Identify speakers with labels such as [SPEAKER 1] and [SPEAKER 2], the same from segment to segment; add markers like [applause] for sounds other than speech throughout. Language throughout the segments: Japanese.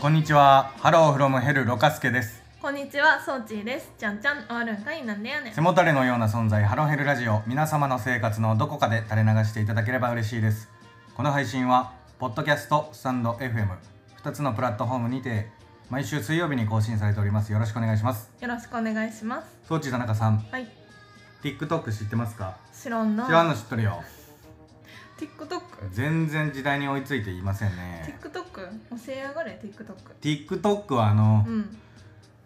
[SPEAKER 1] こんにちは。ハローフロムヘルロカスケです。
[SPEAKER 2] こんにちは、ソーチーです。ちゃんちゃん、あるんかいなんでやねん
[SPEAKER 1] 背。もたれのような存在、ハローヘルラジオ。皆様の生活のどこかで垂れ流していただければ嬉しいです。この配信は、ポッドキャスト、スタンド FM、2つのプラットフォームにて、毎週水曜日に更新されております。よろしくお願いします。
[SPEAKER 2] よろしくお願いします。
[SPEAKER 1] そうち田中さん、
[SPEAKER 2] はい、
[SPEAKER 1] TikTok 知ってますか
[SPEAKER 2] 知らんな。
[SPEAKER 1] 知らんの知っとるよ。
[SPEAKER 2] TikTok。
[SPEAKER 1] 全然時代に追いついていませんね。
[SPEAKER 2] TikTok? 教えやがれ、TikTok。
[SPEAKER 1] TikTok はあの、
[SPEAKER 2] うん。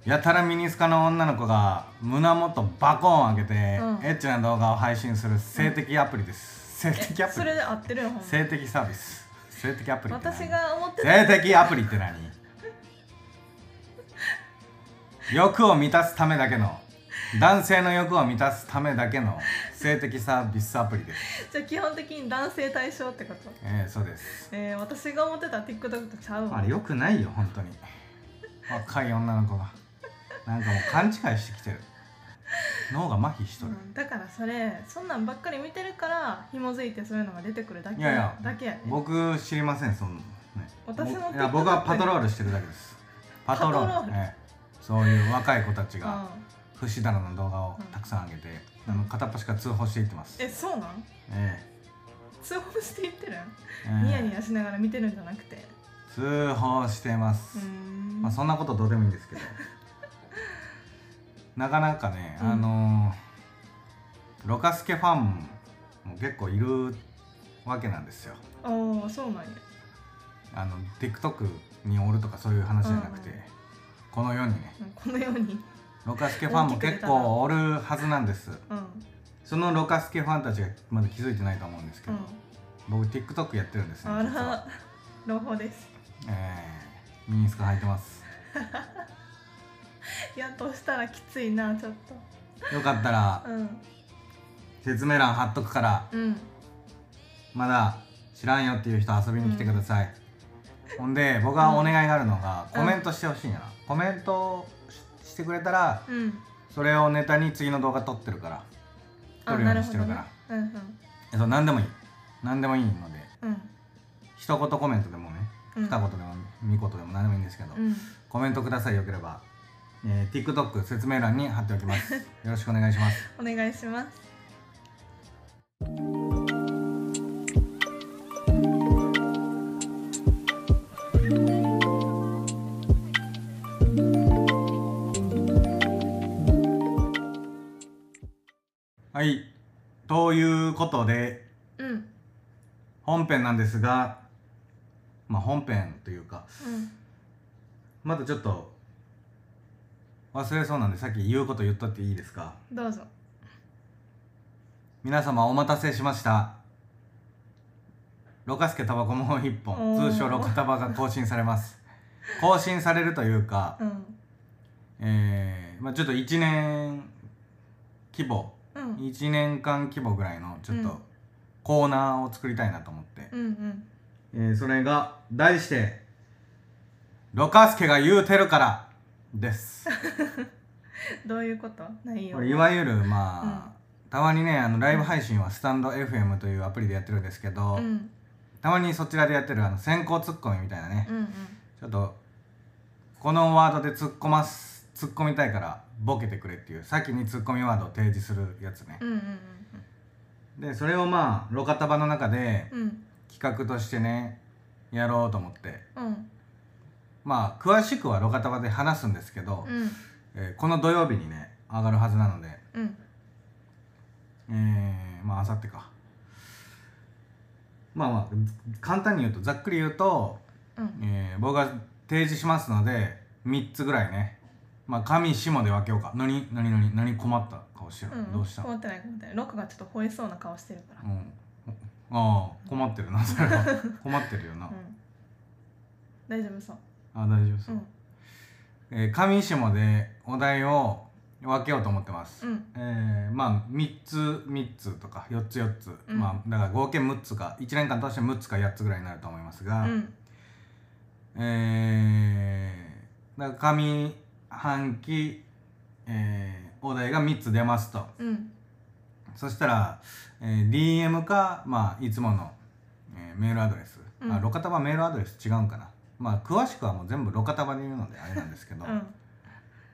[SPEAKER 1] やたらミニスカの女の子が胸元バコーン開けて、
[SPEAKER 2] うん
[SPEAKER 1] エッチな動画を配信する性的アプリです、性的ア
[SPEAKER 2] え、
[SPEAKER 1] プ
[SPEAKER 2] そ
[SPEAKER 1] リ
[SPEAKER 2] れで合ってるよ、ほんま
[SPEAKER 1] 性的サービス性的アプリって何
[SPEAKER 2] 私が思ってた。
[SPEAKER 1] 性的アプリって何欲を満たすためだけの男性の欲を満たすためだけの性的サービスアプリです、
[SPEAKER 2] じゃあ基本的に男性対象ってこと。
[SPEAKER 1] えー、そうです
[SPEAKER 2] えー、私が思ってた TikTok とちゃうわ。
[SPEAKER 1] あれよくないよ本当に若い女の子がなんかもう勘違いしてきてる脳が麻痺しと
[SPEAKER 2] う
[SPEAKER 1] る、
[SPEAKER 2] ん、だからそれそんなんばっかり見てるから紐づいてそういうのが出てくるだ
[SPEAKER 1] い
[SPEAKER 2] け
[SPEAKER 1] やいや
[SPEAKER 2] だけやね
[SPEAKER 1] 僕知りませんそんなの、ね、
[SPEAKER 2] 私も
[SPEAKER 1] ぼいや僕はパトロールしてるだけですパトロール
[SPEAKER 2] パトロール
[SPEAKER 1] ええそういう若い子たちが
[SPEAKER 2] う
[SPEAKER 1] 不死だらの動画をたくさん上げて、あの片っ端から通報していってます
[SPEAKER 2] ん、
[SPEAKER 1] え
[SPEAKER 2] えそうなん
[SPEAKER 1] え
[SPEAKER 2] 通報して言ってるん、
[SPEAKER 1] ええ
[SPEAKER 2] ニヤニヤしながら見てるんじゃなくて
[SPEAKER 1] 通報してます、
[SPEAKER 2] うーん
[SPEAKER 1] まあ、そんなことどうでもいいん
[SPEAKER 2] [laughs]
[SPEAKER 1] ですけどなかなかね、
[SPEAKER 2] うん
[SPEAKER 1] あのーロカスケファンも結構いるわけなんですよ
[SPEAKER 2] ああそうなんや
[SPEAKER 1] あの TikTok におるとかそういう話じゃなくて、
[SPEAKER 2] うんうん
[SPEAKER 1] この世にね
[SPEAKER 2] うんこのように
[SPEAKER 1] ロカスケファンも結構おるはずなんです
[SPEAKER 2] うん
[SPEAKER 1] そのロカスケファンたちがまだ気づいてないと思うんですけ
[SPEAKER 2] う
[SPEAKER 1] ど
[SPEAKER 2] ん、
[SPEAKER 1] 僕 TikTok やってるんですね
[SPEAKER 2] あ
[SPEAKER 1] 実は
[SPEAKER 2] ら朗報です
[SPEAKER 1] えー、ミニスカ履いてます
[SPEAKER 2] やっとしたらきついなちょっ
[SPEAKER 1] よかった
[SPEAKER 2] と
[SPEAKER 1] ら
[SPEAKER 2] うん
[SPEAKER 1] 説明欄貼っとくから
[SPEAKER 2] うん
[SPEAKER 1] まだ知らんよっていう人遊びに来てください、ほんで僕はお願いがあるのが、
[SPEAKER 2] うん
[SPEAKER 1] コメントしてほしいなコメントししてくれたら
[SPEAKER 2] うん
[SPEAKER 1] それをネタに次の動画撮ってるから撮るようにしてるから、
[SPEAKER 2] ねうん
[SPEAKER 1] えそう何でもいい何でもいいので
[SPEAKER 2] うん
[SPEAKER 1] 一言コメントでもね
[SPEAKER 2] うん
[SPEAKER 1] 二言でも三言でも何でもいいんですけど、
[SPEAKER 2] うん
[SPEAKER 1] コメントくださいよければ、えー TikTok 説明欄に貼っておき
[SPEAKER 2] [laughs]
[SPEAKER 1] ますよろしくお願いします
[SPEAKER 2] お願いします
[SPEAKER 1] はいということで
[SPEAKER 2] うんうん
[SPEAKER 1] 本編なんですがまあ本編というかまだちょっと忘れそうなんでさっき言うこと言っとっていいですか
[SPEAKER 2] どうぞ
[SPEAKER 1] 皆様お待たせしましたロカスケタバコもう一
[SPEAKER 2] お
[SPEAKER 1] 本
[SPEAKER 2] ー
[SPEAKER 1] 通称ロカタバが更新されます更新されるというか、
[SPEAKER 2] うん
[SPEAKER 1] えーまあ、ちょっと1年規模
[SPEAKER 2] うん
[SPEAKER 1] 1年間規模ぐらいのちょっ
[SPEAKER 2] う
[SPEAKER 1] と
[SPEAKER 2] ん
[SPEAKER 1] コーナーを作りたいなと思って
[SPEAKER 2] う、んうん
[SPEAKER 1] えーそれが題して「ロカスケが言うてるから」です
[SPEAKER 2] どういうこと内容
[SPEAKER 1] これいわゆるまあ、たまにねあのライブ配信はスタンド FM というアプリでやってるんですけど、
[SPEAKER 2] うん
[SPEAKER 1] たまにそちらでやってるあの先行ツッコミみたいなね、
[SPEAKER 2] うんうん
[SPEAKER 1] ちょっとこのワードで突っ込ます突っ込みたいからボケてくれっていう先にツッコミワードを提示するやつね
[SPEAKER 2] う、んうん
[SPEAKER 1] でそれをまあロカタバの中で
[SPEAKER 2] うんうん
[SPEAKER 1] 企画としてねやろうと思って
[SPEAKER 2] うん
[SPEAKER 1] まあ詳しくはロカタバで話すんですけど、
[SPEAKER 2] うん
[SPEAKER 1] えーこの土曜日にね上がるはずなので
[SPEAKER 2] うん
[SPEAKER 1] えー、まああさってかまあまあ簡単に言うとざっくり言うと
[SPEAKER 2] うん
[SPEAKER 1] えー僕が提示しますので3つぐらいねまあ上下で分けようか何何何何困った顔してる、
[SPEAKER 2] うん
[SPEAKER 1] どうしたの、
[SPEAKER 2] 困ってない困ってないロックがちょっと吠えそうな顔してるから
[SPEAKER 1] うん、ああ困ってるなそれは困ってるよな、
[SPEAKER 2] うん大丈夫そう
[SPEAKER 1] あ大丈夫そうう、
[SPEAKER 2] ん
[SPEAKER 1] えー上下でお題を分けようと思ってます、
[SPEAKER 2] うん
[SPEAKER 1] えーまあ3つ3つとか4つ4つ、
[SPEAKER 2] うん
[SPEAKER 1] まあだから合計6つか1年間通して6つか8つぐらいになると思います
[SPEAKER 2] う
[SPEAKER 1] が、
[SPEAKER 2] ん
[SPEAKER 1] えー、だから上半期、えーお題が3つ出ますと
[SPEAKER 2] うん
[SPEAKER 1] そしたら、えー DM か、まあ、いつもの、えーメールアドレス、
[SPEAKER 2] うん
[SPEAKER 1] あ路肩はメールアドレス違うんかなまあ詳しくはもう全部路肩場で言うのであれなんですけ
[SPEAKER 2] う
[SPEAKER 1] ど、
[SPEAKER 2] ん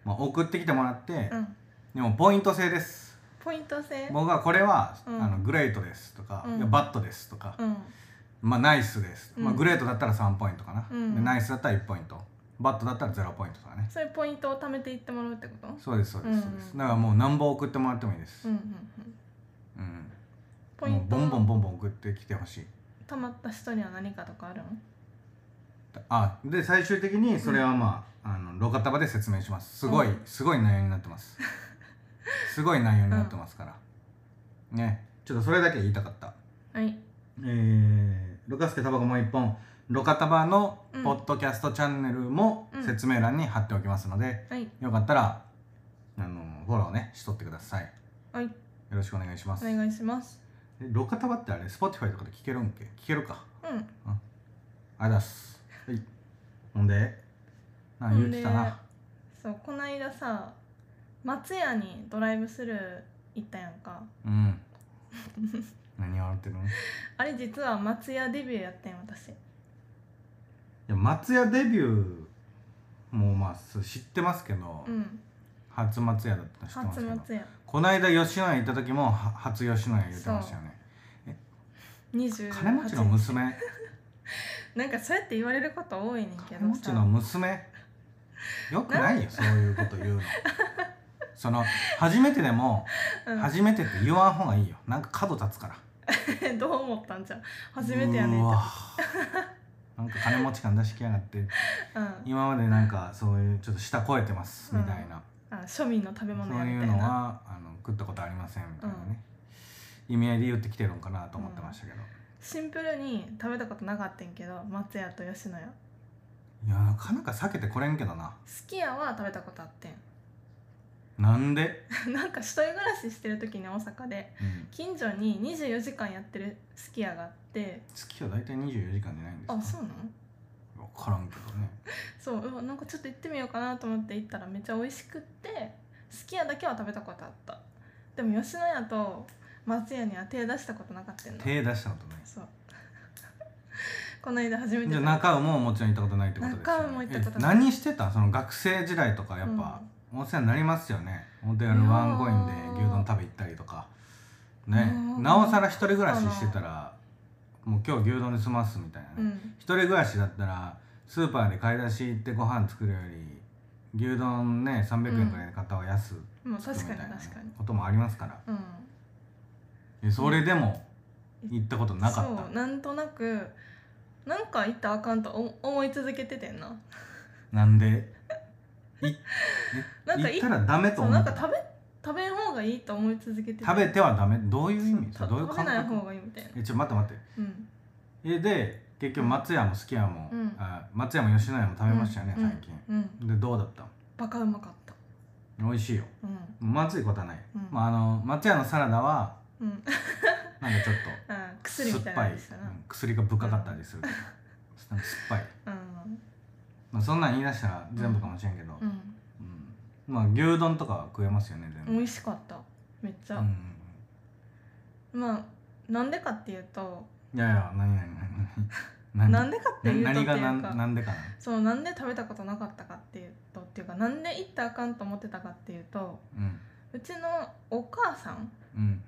[SPEAKER 1] まあ、送ってきてもらって、
[SPEAKER 2] うん
[SPEAKER 1] でもポイント制です
[SPEAKER 2] ポイント制
[SPEAKER 1] 僕はこれは、
[SPEAKER 2] うん
[SPEAKER 1] あのグレートですとか、
[SPEAKER 2] うん
[SPEAKER 1] いやバットですとか、
[SPEAKER 2] うん
[SPEAKER 1] まあナイスです、まあ、
[SPEAKER 2] うん
[SPEAKER 1] グレートだったら3ポイントかな、
[SPEAKER 2] うん
[SPEAKER 1] でナイスだったら1ポイントバットだったら0ポイントとかね
[SPEAKER 2] それポイントを貯めていってもらうってこと
[SPEAKER 1] そうですそうです、
[SPEAKER 2] うん
[SPEAKER 1] そうですだからもう何本送ってもらってもいいです、
[SPEAKER 2] うんうんうん
[SPEAKER 1] うん
[SPEAKER 2] ポイント
[SPEAKER 1] もうボン
[SPEAKER 2] の
[SPEAKER 1] ボンボンボン送ってきてほしい
[SPEAKER 2] 貯まった人には何かとかあるの
[SPEAKER 1] あで最終的にそれはまあ,、あの路肩場で説明しますすごい、
[SPEAKER 2] うん
[SPEAKER 1] すごい内容になってます
[SPEAKER 2] [laughs]
[SPEAKER 1] すごい内容になってますから、ねちょっとそれだけ言いたかった
[SPEAKER 2] はい
[SPEAKER 1] えー、ルカスケタバコもう一本ロカタバのポッドキャストチャンネルも
[SPEAKER 2] うん
[SPEAKER 1] 説明欄に貼っておきますので、
[SPEAKER 2] はい
[SPEAKER 1] よかったらあのフォローねしとってくださいよ
[SPEAKER 2] はい
[SPEAKER 1] ろしくお願いします
[SPEAKER 2] お願いします
[SPEAKER 1] えロカタバってあれ Spotify とかで聞けるんけ聞けるか
[SPEAKER 2] うん
[SPEAKER 1] ありがとうございますはいほんでなんか言うてたな
[SPEAKER 2] そうこないださ松屋にドライブスルー行ったやんか
[SPEAKER 1] うん [laughs] 何笑ってるのい
[SPEAKER 2] あれ実は松屋デビューやってん私
[SPEAKER 1] や松屋デビューもまあそう知ってますけど、
[SPEAKER 2] うん
[SPEAKER 1] 初松屋だったの知ってます
[SPEAKER 2] 初
[SPEAKER 1] けど
[SPEAKER 2] 松屋
[SPEAKER 1] この間吉野家行った時もは初吉野家言ってましたよね
[SPEAKER 2] 28
[SPEAKER 1] 金持ちの娘
[SPEAKER 2] なんかそうやって言われること多いねんけ
[SPEAKER 1] 金
[SPEAKER 2] どさ
[SPEAKER 1] 持ちの娘よく
[SPEAKER 2] [laughs]
[SPEAKER 1] ないよそういうこと言うのその初めてでも、
[SPEAKER 2] うん
[SPEAKER 1] 初めてって言わん方がいいよなんか角立つから
[SPEAKER 2] どう思ったんじゃん初めてやねん
[SPEAKER 1] う
[SPEAKER 2] って
[SPEAKER 1] わなんか金持ち感出しきやがって
[SPEAKER 2] うん
[SPEAKER 1] 今までなんかそういうちょっと舌超えてますみたいな、
[SPEAKER 2] あ庶民の食べ物
[SPEAKER 1] そ
[SPEAKER 2] や
[SPEAKER 1] う
[SPEAKER 2] み
[SPEAKER 1] い
[SPEAKER 2] た
[SPEAKER 1] う
[SPEAKER 2] い
[SPEAKER 1] の
[SPEAKER 2] な
[SPEAKER 1] はあの食ったことありませんみたいなね、意味合いで言ってきてるんかなと思ってましたけど、
[SPEAKER 2] シンプルに食べたことなかったんけど松屋と吉野家好
[SPEAKER 1] いやなかなか避けてこれんけどな
[SPEAKER 2] き家は食べたことあってん
[SPEAKER 1] なんで、
[SPEAKER 2] なんか [laughs] 一人暮らししてる時に大阪で
[SPEAKER 1] うん、
[SPEAKER 2] 近所に24時間やってるすき家があって
[SPEAKER 1] 月は大体24時間じゃないんですか
[SPEAKER 2] あそうなの
[SPEAKER 1] 分からんけどね
[SPEAKER 2] そううわなんかちょっと行ってみようかなと思って行ったらめっちゃ美味しくってすき家だけは食べたことあったでも吉野家と松屋には手出したことなかったんだ
[SPEAKER 1] 手出したことないです
[SPEAKER 2] そう [laughs] この間初めて
[SPEAKER 1] じゃあ中尾ももちろん行ったことないってことですよ、ね、
[SPEAKER 2] 中尾も行ったことない
[SPEAKER 1] え何してたその学生時代とかやっぱ、お世話になりますよねお手軽ワンコインで牛丼食べ行ったりとかね
[SPEAKER 2] うん
[SPEAKER 1] なおさら一人暮らししてたらもう今日牛丼で済ますみたいなね、
[SPEAKER 2] うん、うん
[SPEAKER 1] 一人暮らしだったらスーパーで買い出し行ってご飯作るより牛丼ね300円くらいで買った方が安く
[SPEAKER 2] もう
[SPEAKER 1] つく
[SPEAKER 2] 確
[SPEAKER 1] み
[SPEAKER 2] か
[SPEAKER 1] た
[SPEAKER 2] に
[SPEAKER 1] いなね
[SPEAKER 2] 確かに
[SPEAKER 1] こともありますから
[SPEAKER 2] うん
[SPEAKER 1] えそれでも行ったことなかった
[SPEAKER 2] そうなんとなくなんか行ったらあかんと思思い続けててんな
[SPEAKER 1] なんでいえ
[SPEAKER 2] なんかい
[SPEAKER 1] 行ったらダメと
[SPEAKER 2] そう
[SPEAKER 1] 思
[SPEAKER 2] な
[SPEAKER 1] うん
[SPEAKER 2] か食べ食べん方がいいと思い続けてて
[SPEAKER 1] 食べてはダメどういう意味
[SPEAKER 2] そう
[SPEAKER 1] どういう
[SPEAKER 2] 食べ
[SPEAKER 1] 感
[SPEAKER 2] ない
[SPEAKER 1] 覚
[SPEAKER 2] 方がいいみたいな
[SPEAKER 1] えちょ待って待って
[SPEAKER 2] うん
[SPEAKER 1] えで結局松屋もすき家も、
[SPEAKER 2] うん
[SPEAKER 1] あ松屋も吉野家も食べましたよね、
[SPEAKER 2] うん
[SPEAKER 1] 最近、
[SPEAKER 2] うん
[SPEAKER 1] でどうだった
[SPEAKER 2] バカうまかった
[SPEAKER 1] 美味しいよ
[SPEAKER 2] うん
[SPEAKER 1] まずいことはない、
[SPEAKER 2] うん
[SPEAKER 1] まあ、あの松屋のサラダは
[SPEAKER 2] うん [laughs]
[SPEAKER 1] なんかちょっと
[SPEAKER 2] あ薬
[SPEAKER 1] 酸
[SPEAKER 2] み
[SPEAKER 1] った
[SPEAKER 2] いな
[SPEAKER 1] ぱい
[SPEAKER 2] 味したな
[SPEAKER 1] うん薬がぶっかかったりするけど、なんか酸っぱい、
[SPEAKER 2] うん
[SPEAKER 1] まあ、そんなん言い出したら全部かもしれんけど、
[SPEAKER 2] う
[SPEAKER 1] うん
[SPEAKER 2] ん
[SPEAKER 1] まあ牛丼とかは食えますよね全部
[SPEAKER 2] 美味しかっためっちゃ、
[SPEAKER 1] うん
[SPEAKER 2] まあなんでかっていうと
[SPEAKER 1] いやいや何何何何
[SPEAKER 2] なんでかっていうとって
[SPEAKER 1] 何
[SPEAKER 2] いうか
[SPEAKER 1] がなんなんでかな
[SPEAKER 2] そうなんで食べたことなかったかっていうとっていうかなんで行ったらあかんと思ってたかっていうと
[SPEAKER 1] うん
[SPEAKER 2] うちのお母さん
[SPEAKER 1] うん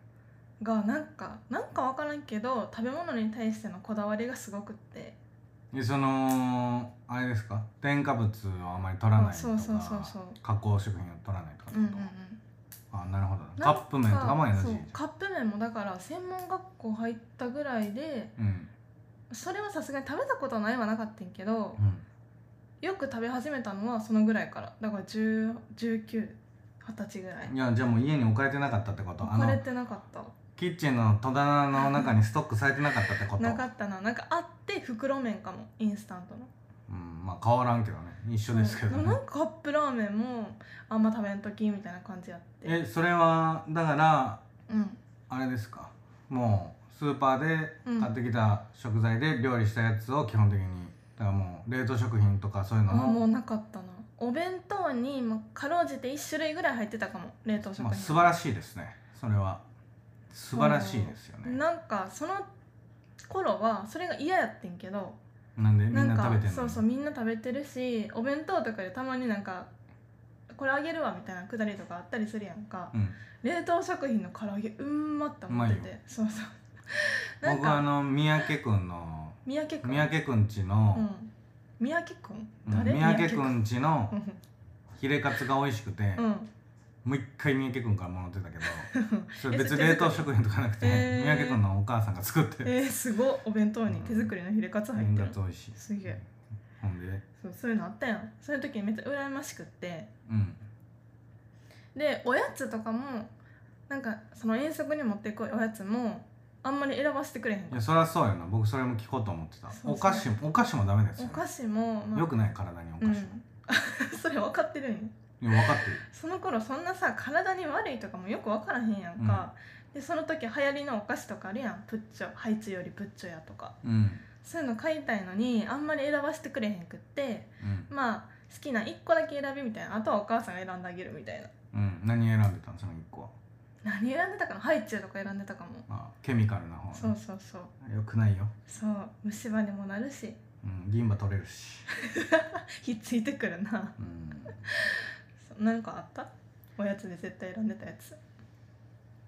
[SPEAKER 2] がなんかなんか分からんけど食べ物に対してのこだわりがすごくって
[SPEAKER 1] でそのあれですか添加物をあまり取らないとか
[SPEAKER 2] そうそうそうそう
[SPEAKER 1] 加工食品を取らないとかって
[SPEAKER 2] うんうんう
[SPEAKER 1] こと、
[SPEAKER 2] ん
[SPEAKER 1] あなるほど
[SPEAKER 2] なん
[SPEAKER 1] カ
[SPEAKER 2] か
[SPEAKER 1] ップ麺とかも NG じ
[SPEAKER 2] そ
[SPEAKER 1] ゃ
[SPEAKER 2] うんカップ麺もだから専門学校入ったぐらいで
[SPEAKER 1] うん
[SPEAKER 2] それはさすがに食べたことはないはなかったんけど
[SPEAKER 1] うん
[SPEAKER 2] よく食べ始めたのはそのぐらいからだから10 1920歳ぐらい
[SPEAKER 1] いやじゃあもう家に置かれてなかったってことあ
[SPEAKER 2] 置かれ
[SPEAKER 1] の
[SPEAKER 2] てなかった
[SPEAKER 1] キッチンの戸棚の中にストックされてなかったってこと
[SPEAKER 2] なかったななんかあって袋麺かもインスタントの
[SPEAKER 1] うんまあ変わらんけどね一緒ですけど
[SPEAKER 2] もな
[SPEAKER 1] ね
[SPEAKER 2] んかカップラーメンもあんま食べんときみたいな感じやって
[SPEAKER 1] えそれはだから
[SPEAKER 2] うん
[SPEAKER 1] あれですかもうスーパーで買ってきた食材で料理したやつを基本的に食べからもう冷凍食品とかそういうの
[SPEAKER 2] あも
[SPEAKER 1] の
[SPEAKER 2] うなかったなお弁当に、まあ、かろうじて1種類ぐらい入ってたかも冷凍食品、
[SPEAKER 1] まあ、素晴らしいですねそれは素晴らしいですよね
[SPEAKER 2] なんかその頃はそれが嫌やってんけど
[SPEAKER 1] なんでみん
[SPEAKER 2] ん
[SPEAKER 1] な
[SPEAKER 2] か
[SPEAKER 1] 食べてるの
[SPEAKER 2] そうそうみんな食べてるしお弁当とかでたまになんかこれあげるわみたいなくだりとかあったりするやんか、
[SPEAKER 1] うん、
[SPEAKER 2] 冷凍食品の唐揚げうんまって思って
[SPEAKER 1] うまい
[SPEAKER 2] てそうそうなん
[SPEAKER 1] 僕はあ
[SPEAKER 2] か
[SPEAKER 1] の三宅君の
[SPEAKER 2] 三宅くん
[SPEAKER 1] 三宅君ちの、
[SPEAKER 2] うん三宅くん
[SPEAKER 1] うん
[SPEAKER 2] 誰
[SPEAKER 1] 三宅君ちの
[SPEAKER 2] うん
[SPEAKER 1] ヒレカツが美味しくて、
[SPEAKER 2] うん
[SPEAKER 1] もう一回三宅君からもらってたけど
[SPEAKER 2] [laughs]
[SPEAKER 1] それ
[SPEAKER 2] え
[SPEAKER 1] 別
[SPEAKER 2] そ
[SPEAKER 1] に
[SPEAKER 2] れ
[SPEAKER 1] 冷凍食品とかなくて、
[SPEAKER 2] えー
[SPEAKER 1] 三宅君のお母さんが作ってる
[SPEAKER 2] えー、すごっお弁当に手作りのヒレカツ入って
[SPEAKER 1] が
[SPEAKER 2] る
[SPEAKER 1] 美味しい
[SPEAKER 2] すげえ
[SPEAKER 1] ほんで
[SPEAKER 2] そうそういうのあったやんそういう時めっちゃ羨ましくって
[SPEAKER 1] うん
[SPEAKER 2] でおやつとかもなんかその遠足に持っていくおやつもあんまり選ばせてくれへん
[SPEAKER 1] い
[SPEAKER 2] か
[SPEAKER 1] や
[SPEAKER 2] っ
[SPEAKER 1] そりゃそうよな僕それも聞こうと思ってた
[SPEAKER 2] そうそう
[SPEAKER 1] お菓子もお菓子もダメです
[SPEAKER 2] たお
[SPEAKER 1] よ、
[SPEAKER 2] 菓子も、まあ
[SPEAKER 1] よくない体にお菓
[SPEAKER 2] う
[SPEAKER 1] 子
[SPEAKER 2] ん、それ分かってるん [laughs] よ
[SPEAKER 1] も、いや分かってる
[SPEAKER 2] その頃そんなさ体に悪いとかもよく分からへんやんか、でその時流行りのお菓子とかあるやんプッチョハイチュウよりプッチョやとか
[SPEAKER 1] うん
[SPEAKER 2] そういうの買いたいのにあんまり選ばせてくれへんくって
[SPEAKER 1] うん、
[SPEAKER 2] まあ好きな1個だけ選びみたいなあとはお母さんが選んであげるみたいな
[SPEAKER 1] うん、何選んでたのその一個は
[SPEAKER 2] 何選んでたかなハイチュウとか選んでたかも
[SPEAKER 1] あケミカルな方ね
[SPEAKER 2] そうそうそう
[SPEAKER 1] よくないよ、
[SPEAKER 2] そう虫歯にもなるし
[SPEAKER 1] うん、銀歯取れるし、
[SPEAKER 2] ひっついてくるな
[SPEAKER 1] う
[SPEAKER 2] そうなんかあったおやつで絶対選んでたやつ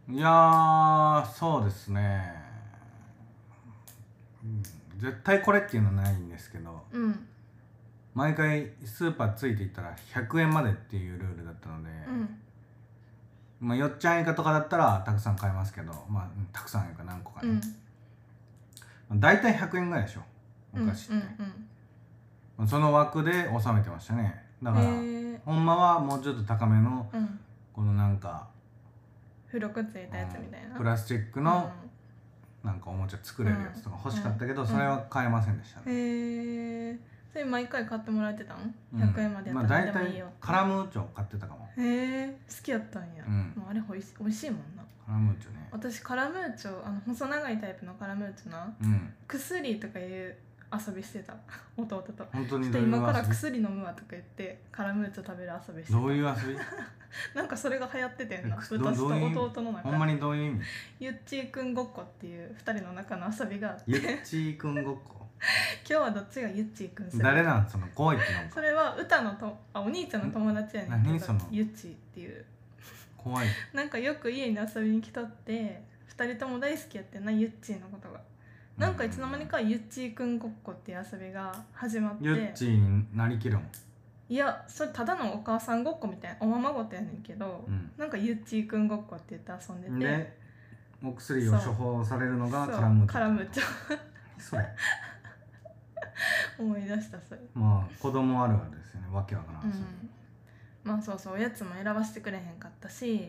[SPEAKER 1] ん、いやーそうですね、うん、絶対これっていうのはないんですけど
[SPEAKER 2] うん
[SPEAKER 1] 毎回スーパーついていったら100円までっていうルールだったので、
[SPEAKER 2] うん
[SPEAKER 1] まあ、よっちゃんイカとかだったらたくさん買いますけど、まあ、うんたくさんいうか何個か
[SPEAKER 2] うん
[SPEAKER 1] ね、大体100円ぐらいでしょお菓子って、
[SPEAKER 2] うんうん
[SPEAKER 1] まあその枠で収めてましたねだ
[SPEAKER 2] うん
[SPEAKER 1] から、
[SPEAKER 2] へえ
[SPEAKER 1] ほんまはもうちょっと高めの
[SPEAKER 2] うん
[SPEAKER 1] このなんか、
[SPEAKER 2] 付録ついたやつみたいな
[SPEAKER 1] プラスチックのなんかおもちゃ作れるやつとか欲しかったけど、それは買えませんでしたね、
[SPEAKER 2] うんへえそれ毎回買ってもらってたの
[SPEAKER 1] うん
[SPEAKER 2] 100円までやったら
[SPEAKER 1] まあ、
[SPEAKER 2] 何で
[SPEAKER 1] 大
[SPEAKER 2] もいい
[SPEAKER 1] 体
[SPEAKER 2] よ
[SPEAKER 1] カラムーチョを買ってたかも
[SPEAKER 2] へえ好きやったんや
[SPEAKER 1] うん
[SPEAKER 2] もうあれおいし美味しいもんな
[SPEAKER 1] カラムーチョね
[SPEAKER 2] 私カラムーチョあの細長いタイプのカラムーチョな
[SPEAKER 1] うん
[SPEAKER 2] 薬とかいう遊びしてた [laughs] 弟と
[SPEAKER 1] 本当
[SPEAKER 2] ちょ
[SPEAKER 1] に
[SPEAKER 2] っ
[SPEAKER 1] ど
[SPEAKER 2] と
[SPEAKER 1] ういう
[SPEAKER 2] 今から
[SPEAKER 1] 遊
[SPEAKER 2] 薬飲むわとか言ってカラムーチョ食べる遊びして
[SPEAKER 1] びどういうう遊び
[SPEAKER 2] なんかそれが流行っててんな
[SPEAKER 1] え
[SPEAKER 2] 私
[SPEAKER 1] ど
[SPEAKER 2] と
[SPEAKER 1] どういう意味
[SPEAKER 2] 弟の
[SPEAKER 1] ほんま
[SPEAKER 2] 中で
[SPEAKER 1] にどういう意
[SPEAKER 2] [laughs]
[SPEAKER 1] 味
[SPEAKER 2] ゆっちーくんごっこっていう2人の中の遊びがあって
[SPEAKER 1] ゆっ
[SPEAKER 2] 今
[SPEAKER 1] ちーくんごっこ
[SPEAKER 2] 日はどっちがゆっちーくんする
[SPEAKER 1] 誰なんその怖いってなん
[SPEAKER 2] そ
[SPEAKER 1] か
[SPEAKER 2] れは歌のとあお兄ちゃんの友達やねんけ
[SPEAKER 1] 何そ
[SPEAKER 2] ど
[SPEAKER 1] の
[SPEAKER 2] ゆっちーっていう
[SPEAKER 1] 怖い
[SPEAKER 2] なんかよく家に遊びに来とって2人とも大好きやってんなゆっちーのことがなんかいつの間にかゆっちーくんごっこっていう遊びが始まっ
[SPEAKER 1] ゆってちーになりきるもん、
[SPEAKER 2] いやそれただのお母さんごっこみたいなおままごとやねんけど、
[SPEAKER 1] うん
[SPEAKER 2] なんかゆっちーくんごっこって言って遊んでて
[SPEAKER 1] でお薬を処方されるのがカラムー
[SPEAKER 2] そう
[SPEAKER 1] チョ
[SPEAKER 2] カラムーチョ
[SPEAKER 1] それ
[SPEAKER 2] 思い出したそれ
[SPEAKER 1] まあ子供あるあるですよねわけわからん
[SPEAKER 2] う
[SPEAKER 1] 遊び、
[SPEAKER 2] んまあそうそうおやつも選ばせてくれへんかったし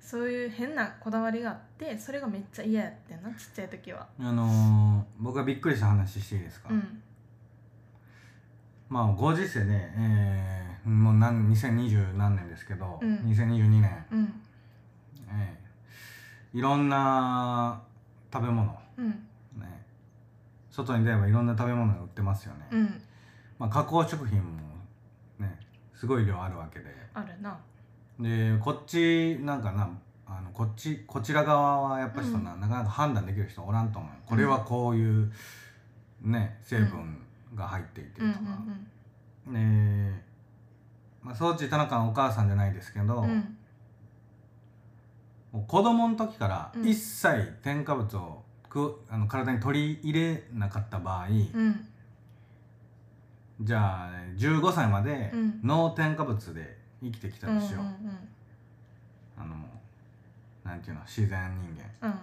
[SPEAKER 2] そういう変なこだわりがあってそれがめっちゃ嫌やってんなちっちゃい時は
[SPEAKER 1] あのー僕がびっくりした話していいですか、
[SPEAKER 2] うん
[SPEAKER 1] まあご時世ね、えーもう何2020何年ですけど、
[SPEAKER 2] うん
[SPEAKER 1] 2022年、
[SPEAKER 2] うん
[SPEAKER 1] えーいろんな食べ物、
[SPEAKER 2] うん
[SPEAKER 1] ね、外に出ればいろんな食べ物が売ってますよね、
[SPEAKER 2] うん
[SPEAKER 1] まあ、加工食品もねすごい量あるわけで
[SPEAKER 2] あるな
[SPEAKER 1] でこっちなんかなあのこっちこちら側はやっぱりそんな,、なかなか判断できる人おらんと思うこれはこういうね成分が入っていてとか、
[SPEAKER 2] うんうん
[SPEAKER 1] ねえまあ、そうち田中のお母さんじゃないですけど、
[SPEAKER 2] うんうん
[SPEAKER 1] もう子供の時から
[SPEAKER 2] うん
[SPEAKER 1] 一切添加物をくあの体に取り入れなかった場合、
[SPEAKER 2] うん
[SPEAKER 1] じゃあ15歳まで
[SPEAKER 2] うん
[SPEAKER 1] 脳添加物で生きてきた
[SPEAKER 2] うんうん
[SPEAKER 1] としよう、あのなんていうの自然人間
[SPEAKER 2] うん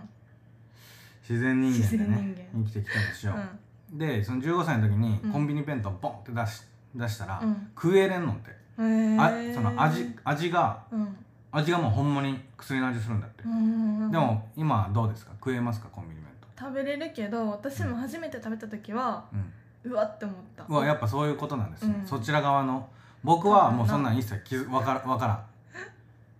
[SPEAKER 1] 自然人間でね
[SPEAKER 2] 自然人
[SPEAKER 1] 生きてきたとし
[SPEAKER 2] う
[SPEAKER 1] よ
[SPEAKER 2] ん
[SPEAKER 1] う、でその15歳の時に
[SPEAKER 2] うん
[SPEAKER 1] コンビニ弁当ボンって出し出したら、
[SPEAKER 2] うん
[SPEAKER 1] 食えれんのって、
[SPEAKER 2] うん
[SPEAKER 1] あ
[SPEAKER 2] へー
[SPEAKER 1] その味味が
[SPEAKER 2] うん
[SPEAKER 1] 味がもうほんまに薬の味するんだって、
[SPEAKER 2] うんうん
[SPEAKER 1] でも今どうですか食えますかコンビニ弁
[SPEAKER 2] 食べれるけど私も初めて食べた時は
[SPEAKER 1] 当、うん、
[SPEAKER 2] うわって思った
[SPEAKER 1] うわやっぱそういうことなんですね、
[SPEAKER 2] うん
[SPEAKER 1] そちら側の僕はもうそんなん一切気づわからわからん